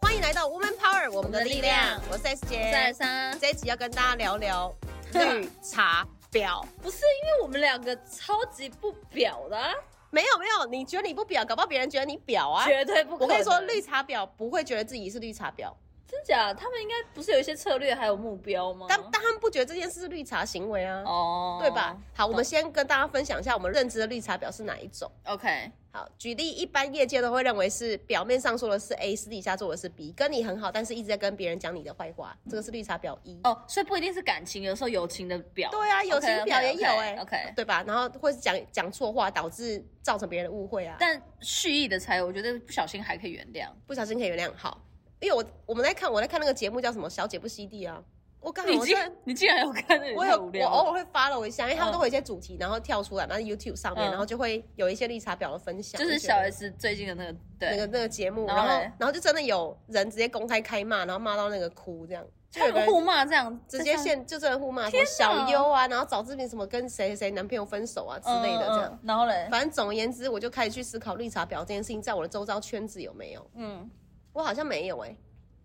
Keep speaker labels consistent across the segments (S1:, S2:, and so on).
S1: 欢迎来到 Woman Power，我们的力量
S2: 我们的力量，
S1: 我是 S
S2: 四二
S1: 姐。
S2: 三，
S1: 这一集要跟大家聊聊绿茶婊。
S2: 不是因为我们两个超级不表的啊、
S1: 没有没有，你觉得你不婊，搞不好别人觉得你婊啊。
S2: 绝对不可能。
S1: 我跟你说，绿茶婊不会觉得自己是绿茶婊，
S2: 真假，他们应该不是有一些策略还有目标吗？
S1: 但但他们不觉得这件事是绿茶行为啊，
S2: 哦，
S1: 对吧？好，我们先跟大家分享一下我们认知的绿茶婊是哪一种。
S2: ？OK，
S1: 好，举例，一般业界都会认为是表面上说的是 A，私底下做的是 B，跟你很好，但是一直在跟别人讲你的坏话，这个是绿茶婊一。
S2: 哦，所以不一定是感情，有时候友情的表。
S1: 对啊，友情婊也有哎、
S2: OK，,
S1: 对吧？然后或是讲讲错话，导致造成别人的误会啊，
S2: 但蓄意的才，我觉得不小心还可以原谅。
S1: 不小心可以原谅。好，因为我我们在看我在看那个节目叫什么《小姐不吸地》啊，我刚好
S2: 你
S1: 我
S2: 竟
S1: 在
S2: 然你竟然有看这
S1: 我
S2: 太
S1: 有
S2: 无
S1: 我
S2: 聊了。
S1: 偶尔会 follow 一下，因为他们
S2: 嗯
S1: 都会有一些主题，然后跳出来嘛，在 YouTube 上面，
S2: 嗯
S1: 然后就会有一些绿茶婊的分享，
S2: 就是
S1: 觉得
S2: 小 S 最近的那个对
S1: 那个那个节目，
S2: 然
S1: 然
S2: 后
S1: 后
S2: 嘞
S1: 然后就真的有人直接公开开骂，然后骂到那个哭这样，就
S2: 他
S1: 有个
S2: 们
S1: 人
S2: 互骂这样，
S1: 直接
S2: 在上
S1: 现就真的互骂什么
S2: 哪
S1: 小优啊，然后早志平什么跟谁谁男朋友分手啊之类的这。
S2: 嗯
S1: 样。
S2: 嗯然后嘞，
S1: 反正总而言之，我就开始去思考绿茶婊这件事情在我的周遭圈子有没有，
S2: 嗯，
S1: 我好像没有哎、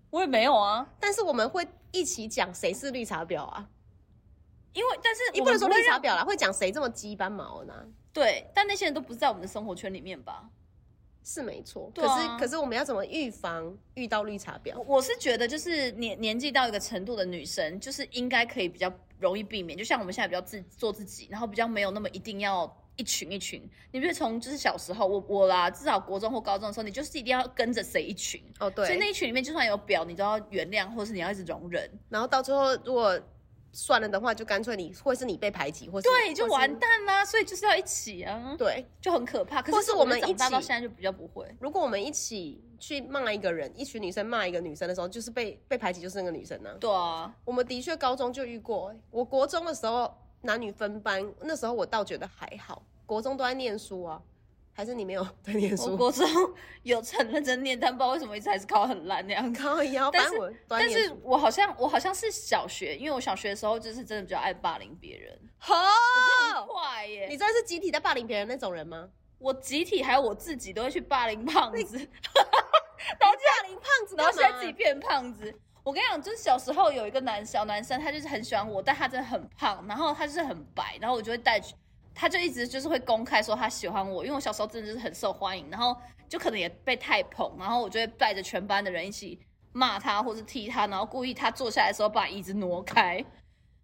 S2: 我也没有啊。
S1: 但是我们会一起讲谁是绿茶婊啊，
S2: 因为但是
S1: 也不
S2: 我们
S1: 能说
S2: 会
S1: 绿茶
S2: 让
S1: 婊啦，会讲谁这么鸡巴毛呢、
S2: 对，但那些人都不在我们的生活圈里面吧？
S1: 是没错，
S2: 对啊
S1: 可是可是我们要怎么预防遇到绿茶婊
S2: 我？我是觉得，就是年年纪到一个程度的女生，就是应该可以比较容易避免。就像我们现在比较自做自己，然后比较没有那么一定要一群一群。你不是从就是小时候，我我啦，至少国中或高中的时候，你就是一定要跟着谁一群。
S1: 哦，对，
S2: 所以那一群里面，就算有表，你都要原谅，或者是你要一直容忍。
S1: 然后到最后如果算了的话，就干脆你或是你被排挤，或是
S2: 对，就完
S1: 或
S2: 蛋啦。所以就是要一起啊
S1: 是，对。
S2: 就很可怕。可
S1: 或
S2: 是
S1: 是我们
S2: 长大
S1: 一起
S2: 到现在就比较不会。
S1: 如果我们一起去骂一个人，一群女生骂一个女生的时候，就是被被排挤，就是那个女生呢、
S2: 对啊，
S1: 我们的确高中就遇过、欸我国中的时候男女分班，那时候我倒觉得还好，国中都在念书啊，还是你没有 在念
S2: 我
S1: 书？
S2: 国中 有很认真念，但不知道为什么一直还是考很烂那样子。
S1: 高一啊，
S2: 但
S1: 反
S2: 是
S1: 正我都在
S2: 但
S1: 念
S2: 是
S1: 书。
S2: 我好像我好像是小学，因为我小学的时候就是真的比较爱霸凌别人，
S1: 好，
S2: 很坏耶！
S1: 你真的是集体在霸凌别人那种人吗？
S2: 我集体还有我自己都会去霸凌胖子，
S1: 霸凌胖子干
S2: 然
S1: 嘛，
S2: 后现在自己变胖子。我跟你讲，就是小时候有一个男小男生，他就是很喜欢我，但他真的很胖，然后他就是很白，然后我就会带去，他就一直就是会公开说他喜欢我，因为我小时候真的就是很受欢迎，然后就可能也被太捧，然后我就会带着全班的人一起骂他或是踢他，然后故意他坐下来的时候把椅子挪开。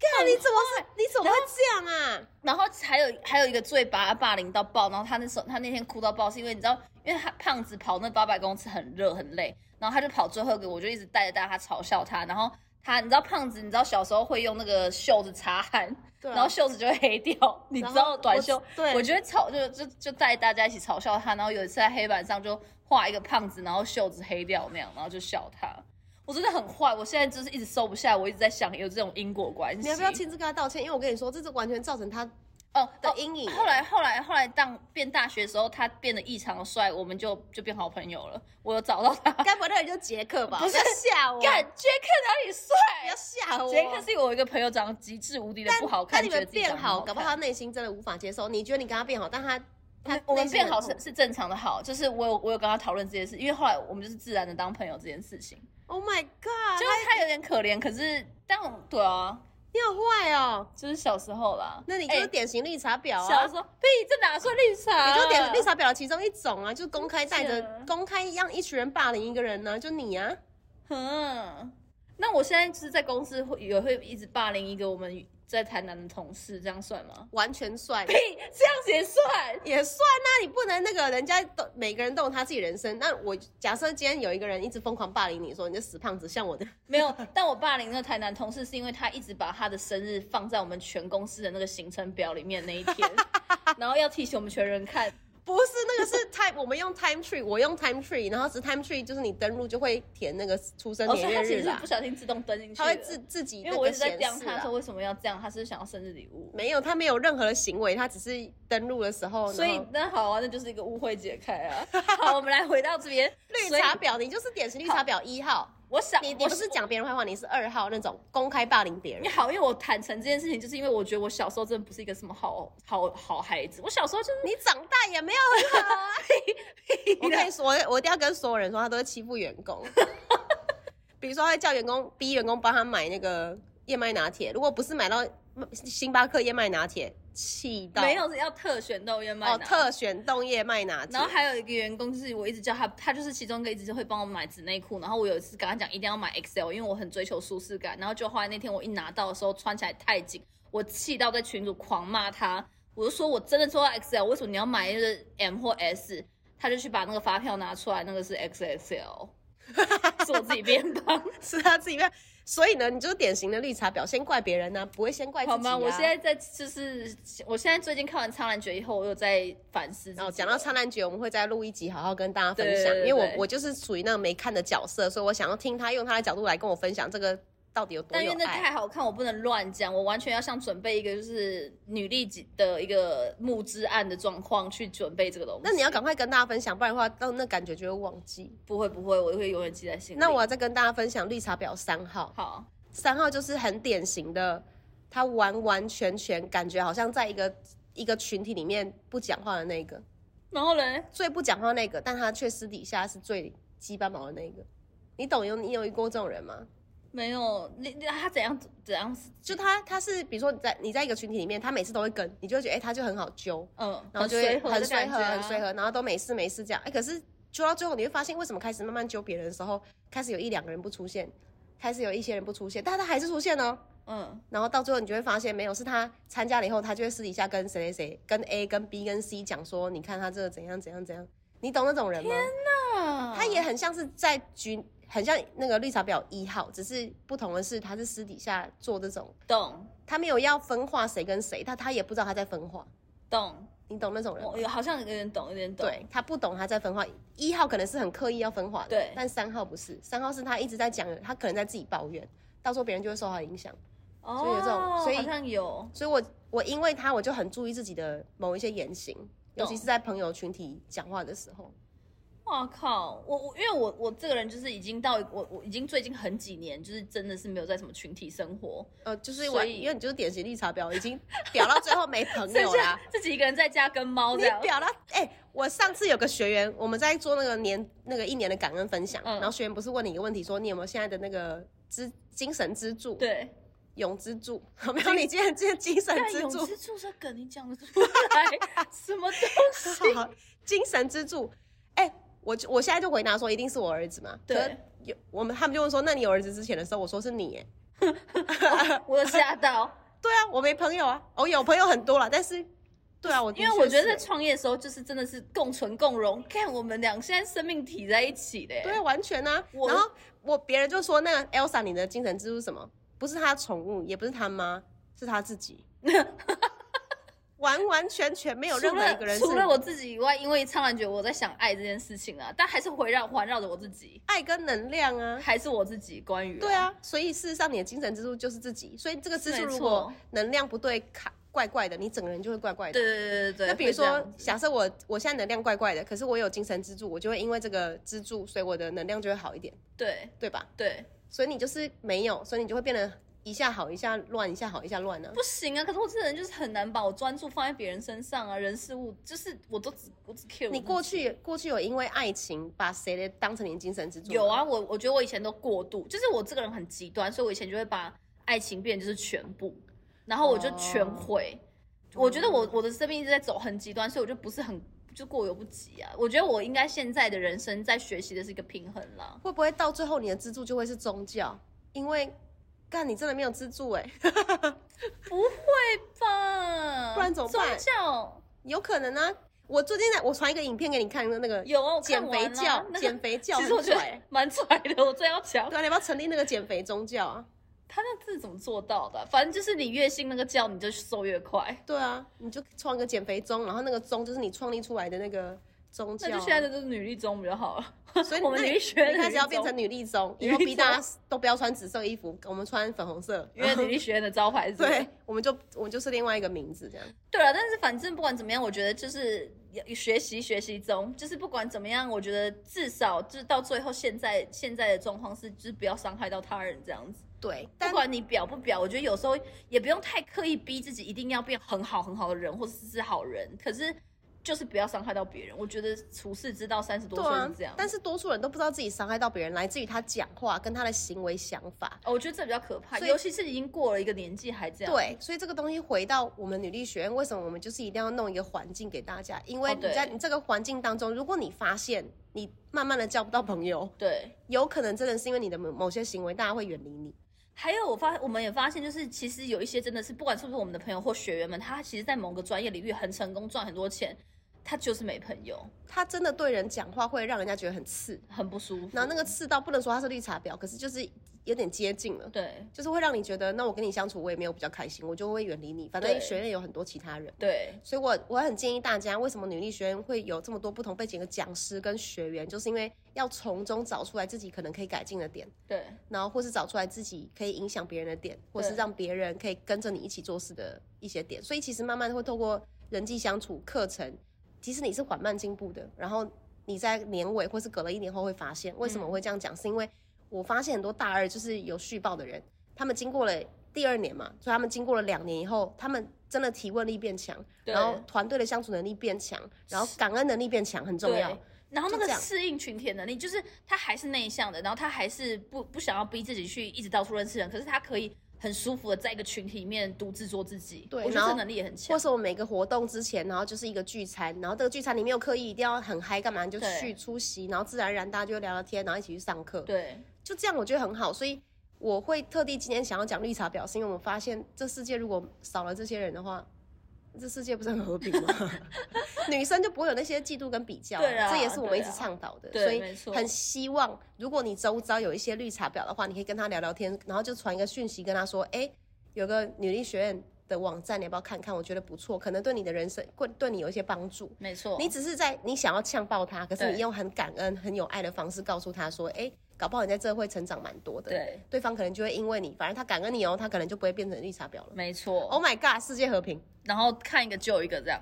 S1: 干你怎么是你怎么会这样啊？
S2: 然后还有还有一个最把他霸凌到爆，然后他那时候他那天哭到爆，是因为你知道，因为他胖子跑那八百公尺很热很累，然后他就跑最后一个，我就一直带着大家嘲笑他，然后他你知道胖子，你知道小时候会用那个袖子擦汗，
S1: 对啊
S2: 然后袖子就会黑掉， 你知
S1: 然后
S2: 道短
S1: 我
S2: 袖，
S1: 对
S2: 我觉得嘲就就就带大家一起嘲笑他，然后有一次在黑板上就画一个胖子，然后袖子黑掉那样，然后就笑他。我真的很坏，我现在就是一直收不下，我一直在想有这种因果关系。
S1: 你要不要亲自跟他道歉？因为我跟你说，这是完全造成他
S2: 哦
S1: 的
S2: 哦
S1: 阴影
S2: 后来后来后来，当变大学的时候，他变得异常的帅，我们就就变好朋友了。我有找到他，
S1: 该不会那人就是杰克吧？
S2: 不是
S1: 要吓我，
S2: 干杰克哪里
S1: 不要
S2: 帅？
S1: 吓我。啊
S2: 杰克是我一个朋友，长得极致无敌的
S1: 但
S2: 不好
S1: 但
S2: 看，
S1: 你
S2: 觉得
S1: 们
S2: 自己
S1: 变
S2: 长得好
S1: 好，
S2: 看
S1: 搞不好他内心真的无法接受。你觉得你跟他变好，但他他
S2: 我
S1: 内
S2: 们
S1: 心
S2: 变好
S1: 很
S2: 是是正常的好，就是我有我有跟他讨论这件事，因为后来我们就是自然的当朋友这件事情，
S1: Oh my god！
S2: 就是他有点可怜，可是但我对啊，
S1: 你好坏哦，
S2: 就是小时候啦，
S1: 那你就是
S2: 哎
S1: 典型绿茶婊
S2: 小
S1: 啊。
S2: 时候屁，这哪算绿茶？
S1: 你就典绿茶婊的其中一种啊，就是公开带
S2: 是
S1: 着公开让一群人霸凌一个人呢、就你啊，
S2: 嗯，那我现在就是在公司会也会一直霸凌一个我们在台南的同事，这样算吗？
S1: 完全帅
S2: 屁，这样子也算？
S1: 也算啊，你不能那个人家都每个人都有他自己人生。那我假设今天有一个人一直疯狂霸凌你说你这死胖子，像我的，
S2: 没有，但我霸凌那个台南同事是因为他一直把他的生日放在我们全公司的那个行程表里面那一天， 然后要提醒我们全人看。
S1: 不是，那个 是 time，我们用 time tree，我用 time tree，然后只是 time tree 就是你登录就会填那个出生
S2: 哦，所
S1: 年
S2: 以他
S1: 月
S2: 其
S1: 日
S2: 实是
S1: 啦
S2: 不，小心自动登进去
S1: 他
S2: 的，
S1: 会自自己
S2: 因为
S1: 那
S2: 我一
S1: 个
S2: 直在
S1: 显
S2: 刁
S1: 示
S2: 他
S1: 啦
S2: 说。为什么要这样，他是想要生日礼物。
S1: 没有，他没有任何的行为，他只是登录的时候，
S2: 所以
S1: 然后
S2: 那好啊，那就是一个误会解开啊。好，我们来回到这边，
S1: 绿
S2: 所以
S1: 茶婊，你就是典型绿茶婊一号。
S2: 我想
S1: 你你
S2: 我
S1: 不是讲别人坏话，你是二号那种公开霸凌别人
S2: 你。好，因为我坦诚这件事情，就是因为我觉得我小时候真的不是一个什么好好好孩子。我小时候就是
S1: 你长大也没有很好啊！ 我 跟你说，我我一定要跟所有人说，他都会欺负员工。比如说，他会叫员工逼员工帮他买那个燕麦拿铁，如果不是买到星巴克燕麦拿铁，气到
S2: 没有要特选豆燕麦
S1: 哦，
S2: 奶
S1: 特选冻燕麦拿铁
S2: 啊然。后还有一个员工，就是我一直叫他，他就是其中一个一直会帮我买纸内裤。然后我有一次跟他讲一定要买 XL，因为我很追求舒适感。然后就后来那天我一拿到的时候穿起来太紧，我气到在群主狂骂他，我就说我真的做到 XL，为什么你要买就是 M 或 S？他就去把那个发票拿出来，那个是 XXL，是我自己编帮。
S1: 是他自己变。所以呢，你就是典型的绿茶婊，先怪别人呢、不会先怪自己、啊。
S2: 好吗？我现在在就是，我现在最近看完《苍兰诀》以后，我有在反思自己。
S1: 然后哦讲到《
S2: 苍，
S1: 灿烂节，我们会再录一集，好好跟大家分
S2: 对
S1: 享。
S2: 对对
S1: 因为我
S2: 对
S1: 我就是属于那个没看的角色，所以我想要听他用他的角度来跟我分享这个到底有多
S2: 但因
S1: 有
S2: 为那
S1: 爱。
S2: 太好看，我不能乱讲，我完全要像准备一个就是女力的一个募资案的状况去准备这个东西。
S1: 那你要赶快跟大家分享，不然的话，到那感觉就会忘记。
S2: 不会不会，我会永远记在心里。
S1: 那我要再跟大家分享绿茶婊三号，
S2: 好，
S1: 三号就是很典型的，他完完全全感觉好像在一个一个群体里面不讲话的那个，
S2: 然后嘞，
S1: 最不讲话那个，但他却私底下是最鸡巴毛的那个。你懂有你有遇过这种人吗？
S2: 没有你你他怎样怎样死？
S1: 就他他是比如说你在你在一个群体里面，他每次都会跟，你就会觉得哎、他就很好揪，
S2: 嗯，
S1: 然后就会
S2: 随和
S1: 很
S2: 的
S1: 随
S2: 感
S1: 和
S2: 觉啊
S1: 很随和，然后都没事没事这样。哎、可是揪到最后你会发现，为什么开始慢慢揪别人的时候，开始有一两个人不出现，开始有一些人不出现，但他还是出现哦。
S2: 嗯，
S1: 然后到最后你就会发现，没有是他参加了以后，他就会私底下跟谁谁谁、跟 A、跟 B、跟 C 讲说，你看他这个怎样怎样怎样，你懂那种人吗？
S2: 啊
S1: 他也很像是在局，很像那个绿茶婊一号，只是不同的是，他是私底下做这种，
S2: 懂
S1: 他没有要分化谁跟谁，但他也不知道他在分化，
S2: 懂，
S1: 你懂那种人吗？
S2: 我有好像有点懂，有点懂。
S1: 对他不懂他在分化，一号可能是很刻意要分化的，
S2: 对
S1: 但三号不是，三号是他一直在讲，他可能在自己抱怨，到时候别人就会受他影响。
S2: 哦，
S1: 所以有这种所以
S2: 好像有。
S1: 所以我我因为他，我就很注意自己的某一些言行，尤其是在朋友群体讲话的时候。
S2: 哇靠！我我因为我我这个人就是已经到我我已经最近很几年，就是真的是没有在什么群体生活，
S1: 呃，就是
S2: 所
S1: 我，
S2: 以
S1: 因为你就是典型绿茶婊，已经表到最后没朋
S2: 剩
S1: 友啦
S2: 下。自己一个人在家跟猫
S1: 你
S2: 这样。
S1: 表到哎、我上次有个学员，我们在做那个年那个一年的感恩分享，
S2: 嗯
S1: 然后学员不是问你一个问题，说你有没有现在的那个支精神支柱、
S2: 对，
S1: 永支柱？有没有？你今天今天精神
S2: 但
S1: 支
S2: 永
S1: 柱
S2: 之助这梗你讲得出来，什么东西？
S1: 好精神支柱。哎、我就我现在就回答说，一定是我儿子嘛。
S2: 对
S1: 可有我们他们就问说，那你有儿子之前的时候，我说是你耶。
S2: 我有吓到，
S1: 对啊，我没朋友啊，我有朋友很多了，但是，对啊，我的
S2: 因为
S1: 确
S2: 我觉得
S1: 是
S2: 在创业的时候就是真的是共存共荣，看我们俩现在生命体在一起的耶。
S1: 对啊，完全啊。
S2: 我
S1: 然后我别人就说，那个 Elsa 你的精神支柱是什么？不是他宠物，也不是他妈，是他自 己。完完全全没有任何一个人是
S2: 除了除了我自己以外，因为苍兰诀我在想爱这件事情啊，但还是围绕环绕着我自己，
S1: 爱跟能量啊。
S2: 还是我自己关于
S1: 对啊，所以事实上你的精神支柱就是自己，所以这个支柱
S2: 没
S1: 如
S2: 错
S1: 果能量不对，卡怪怪的，你整个人就会怪怪的。
S2: 对对对对对。
S1: 那比如
S2: 会这样
S1: 说，假设我我现在能量怪怪的，可是我有精神支柱，我就会因为这个支柱，所以我的能量就会好一点，
S2: 对
S1: 对吧？
S2: 对，
S1: 所以你就是没有，所以你就会变得一下好一下乱，一下好一下乱呢、啊。
S2: 不行啊！可是我这人就是很难把我专注放在别人身上啊，人事物就是我都只我只 care
S1: 你
S2: 我
S1: 过
S2: 自己
S1: 去过去有因为爱情把谁的当成你的精神支柱？
S2: 有，啊，我我觉得我以前都过度，就是我这个人很极端，所以我以前就会把爱情变成就是全部，然后我就全毁。
S1: 哦
S2: 我觉得我我的生命一直在走很极端，所以我就不是很就过犹不及啊。我觉得我应该现在的人生在学习的是一个平衡啦。
S1: 会不会到最后你的支柱就会是宗教？因为干你真的没有支柱哎、
S2: 不会吧？
S1: 不然怎么办
S2: 宗教
S1: 有可能啊。我最近在我传一个影片给你看，那个
S2: 有啊，我看
S1: 减肥
S2: 完啦
S1: 教，
S2: 那个
S1: 减肥教
S2: 其实我
S1: 很
S2: 觉
S1: 拽
S2: 得。蛮拽的，我真要讲
S1: 对。啊，你要不要成立那个减肥宗教啊？
S2: 他那字怎么做到的啊、反正就是你越信那个教，你就瘦越快。
S1: 对啊，你就创一个减肥钟，然后那个钟就是你创立出来的那个宗教
S2: 那就现在的就是女力中比较好了。
S1: 啊， 所以
S2: 我们
S1: 那
S2: 女
S1: 你
S2: 力学院
S1: 你
S2: 的
S1: 开
S2: 女
S1: 始
S2: 力
S1: 要变
S2: 中
S1: 成女力中，以
S2: 女
S1: 后
S2: 力
S1: 逼大
S2: 中
S1: 家都不要穿紫色衣服，我们穿粉红 色。
S2: 因为女力学院的招牌是这样
S1: 对，我们就我们就是另外一个名字这样。
S2: 对啊了，但是反正不管怎么样，我觉得就是学习学习中，就是不管怎么样，我觉得至少就是到最后现在现在的状况是，就是不要伤害到他人这样子。
S1: 对，
S2: 不
S1: 但
S2: 管你表不表，我觉得有时候也不用太刻意逼自己一定要变很好很好的人，或者是好人。可是就是不要伤害到别人。我觉得处世之道三十多
S1: 对
S2: 岁
S1: 啊
S2: 是这样。，
S1: 但
S2: 是、
S1: 是多数人都不知道自己伤害到别人，来自于他讲话跟他的行为想法。
S2: 哦、我觉得这比较可怕，
S1: 所以
S2: 尤其是已经过了一个年纪还这样。
S1: 对，所以这个东西回到我们女力学院，为什么我们就是一定要弄一个环境给大家？因为
S2: 哦
S1: 你
S2: 对
S1: 在你这个环境当中，如果你发现你慢慢的交不到朋友，
S2: 对。
S1: 有可能真的是因为你的某某些行为，大家会远离你。
S2: 还有，我发我们也发现，就是其实有一些真的是，不管是不是我们的朋友或学员们，他其实在某个专业领域很成功，赚很多钱，他就是没朋友，
S1: 他真的对人讲话会让人家觉得很刺，
S2: 很不舒服。
S1: 然后那个刺到不能说他是绿茶婊，可是就是有点接近了。
S2: 对
S1: 就是会让你觉得，那我跟你相处我也没有比较开心，我就会远离你。反
S2: 对
S1: 正学院有很多其他人，
S2: 对
S1: 所以我我很建议大家，为什么女力学院会有这么多不同背景的讲师跟学员，就是因为要从中找出来自己可能可以改进的点，
S2: 对
S1: 然后或是找出来自己可以影响别人的点，或是让别人可以跟着你一起做事的一些点。所以其实慢慢会透过人际相处课程，其实你是缓慢进步的。然后你在年尾或是隔了一年后会发现，为什么我会这样讲，是因为我发现很多大二就是有续报的人，他们经过了第二年嘛，所以他们经过了两年以后，他们真的提问力变强，
S2: 对
S1: 然后团队的相处能力变强，然后感恩能力变强，很重要
S2: 对。然后那
S1: 就
S2: 个
S1: 这样
S2: 适应群体的能力，就是他还是内向的，然后他还是不不想要逼自己去一直到处认识人，可是他可以很舒服的在一个群体里面独自做自己。
S1: 对
S2: 我觉
S1: 然
S2: 得
S1: 后
S2: 这能力也很强
S1: 或。是我们每个活动之前，然后就是一个聚餐，然后这个聚餐你没有刻意一定要很嗨干嘛，你就
S2: 对
S1: 去出席，然后自然而然大家就会聊聊天，然后一起去上课，
S2: 对
S1: 就这样我觉得很好。所以我会特地今天想要讲绿茶婊，是因为我们发现这世界如果少了这些人的话，这世界不是很和平 吗？女生就不会有那些嫉妒跟比较啊、
S2: 对啊
S1: 这也是我们一直
S2: 对啊
S1: 倡导的，
S2: 对
S1: 所以
S2: 没错
S1: 很希望如果你周遭有一些绿茶婊的话，你可以跟她聊聊天，然后就传一个讯息跟她说，哎、有个女力学院的网站，你要不要看看？我觉得不错，可能对你的人生会对你有一些帮助。
S2: 没错。
S1: 你只是在你想要呛爆她，可是
S2: 对
S1: 你用很感恩、很有爱的方式告诉她说，哎、搞不好你在这会成长蛮多的。
S2: 对，
S1: 对方可能就会因为你，反正他感恩你哦，他可能就不会变成绿茶婊了。
S2: 没错。
S1: Oh my god，世界和平。
S2: 然后看一个救一个这样。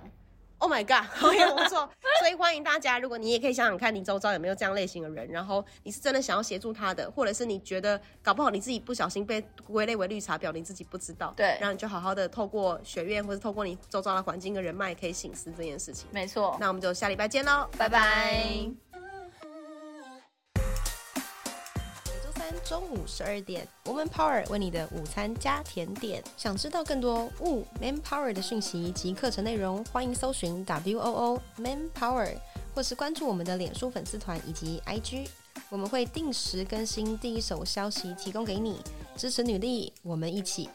S1: Oh my god，好 像不错。所以欢迎大家，如果你也可以想想看，你周遭有没有这样类型的人，然后你是真的想要协助他的，或者是你觉得搞不好你自己不小心被归类为绿茶婊，你自己不知道，
S2: 对
S1: 然后你就好好的透过学院或者透过你周遭的环境跟人脉，可以醒思这件事情。
S2: 没错。
S1: 那我们就下礼拜见喽，
S2: 拜拜。
S1: 每周三中午十二点，Woman Power 为你的午餐加甜点。想知道更多 Wo Man Power 的讯息及课程内容，欢迎搜寻 W O O Man Power，或是关注我们的脸书粉丝团以及 IG。我们会定时更新第一手消息，提供给你支持女力，我们一起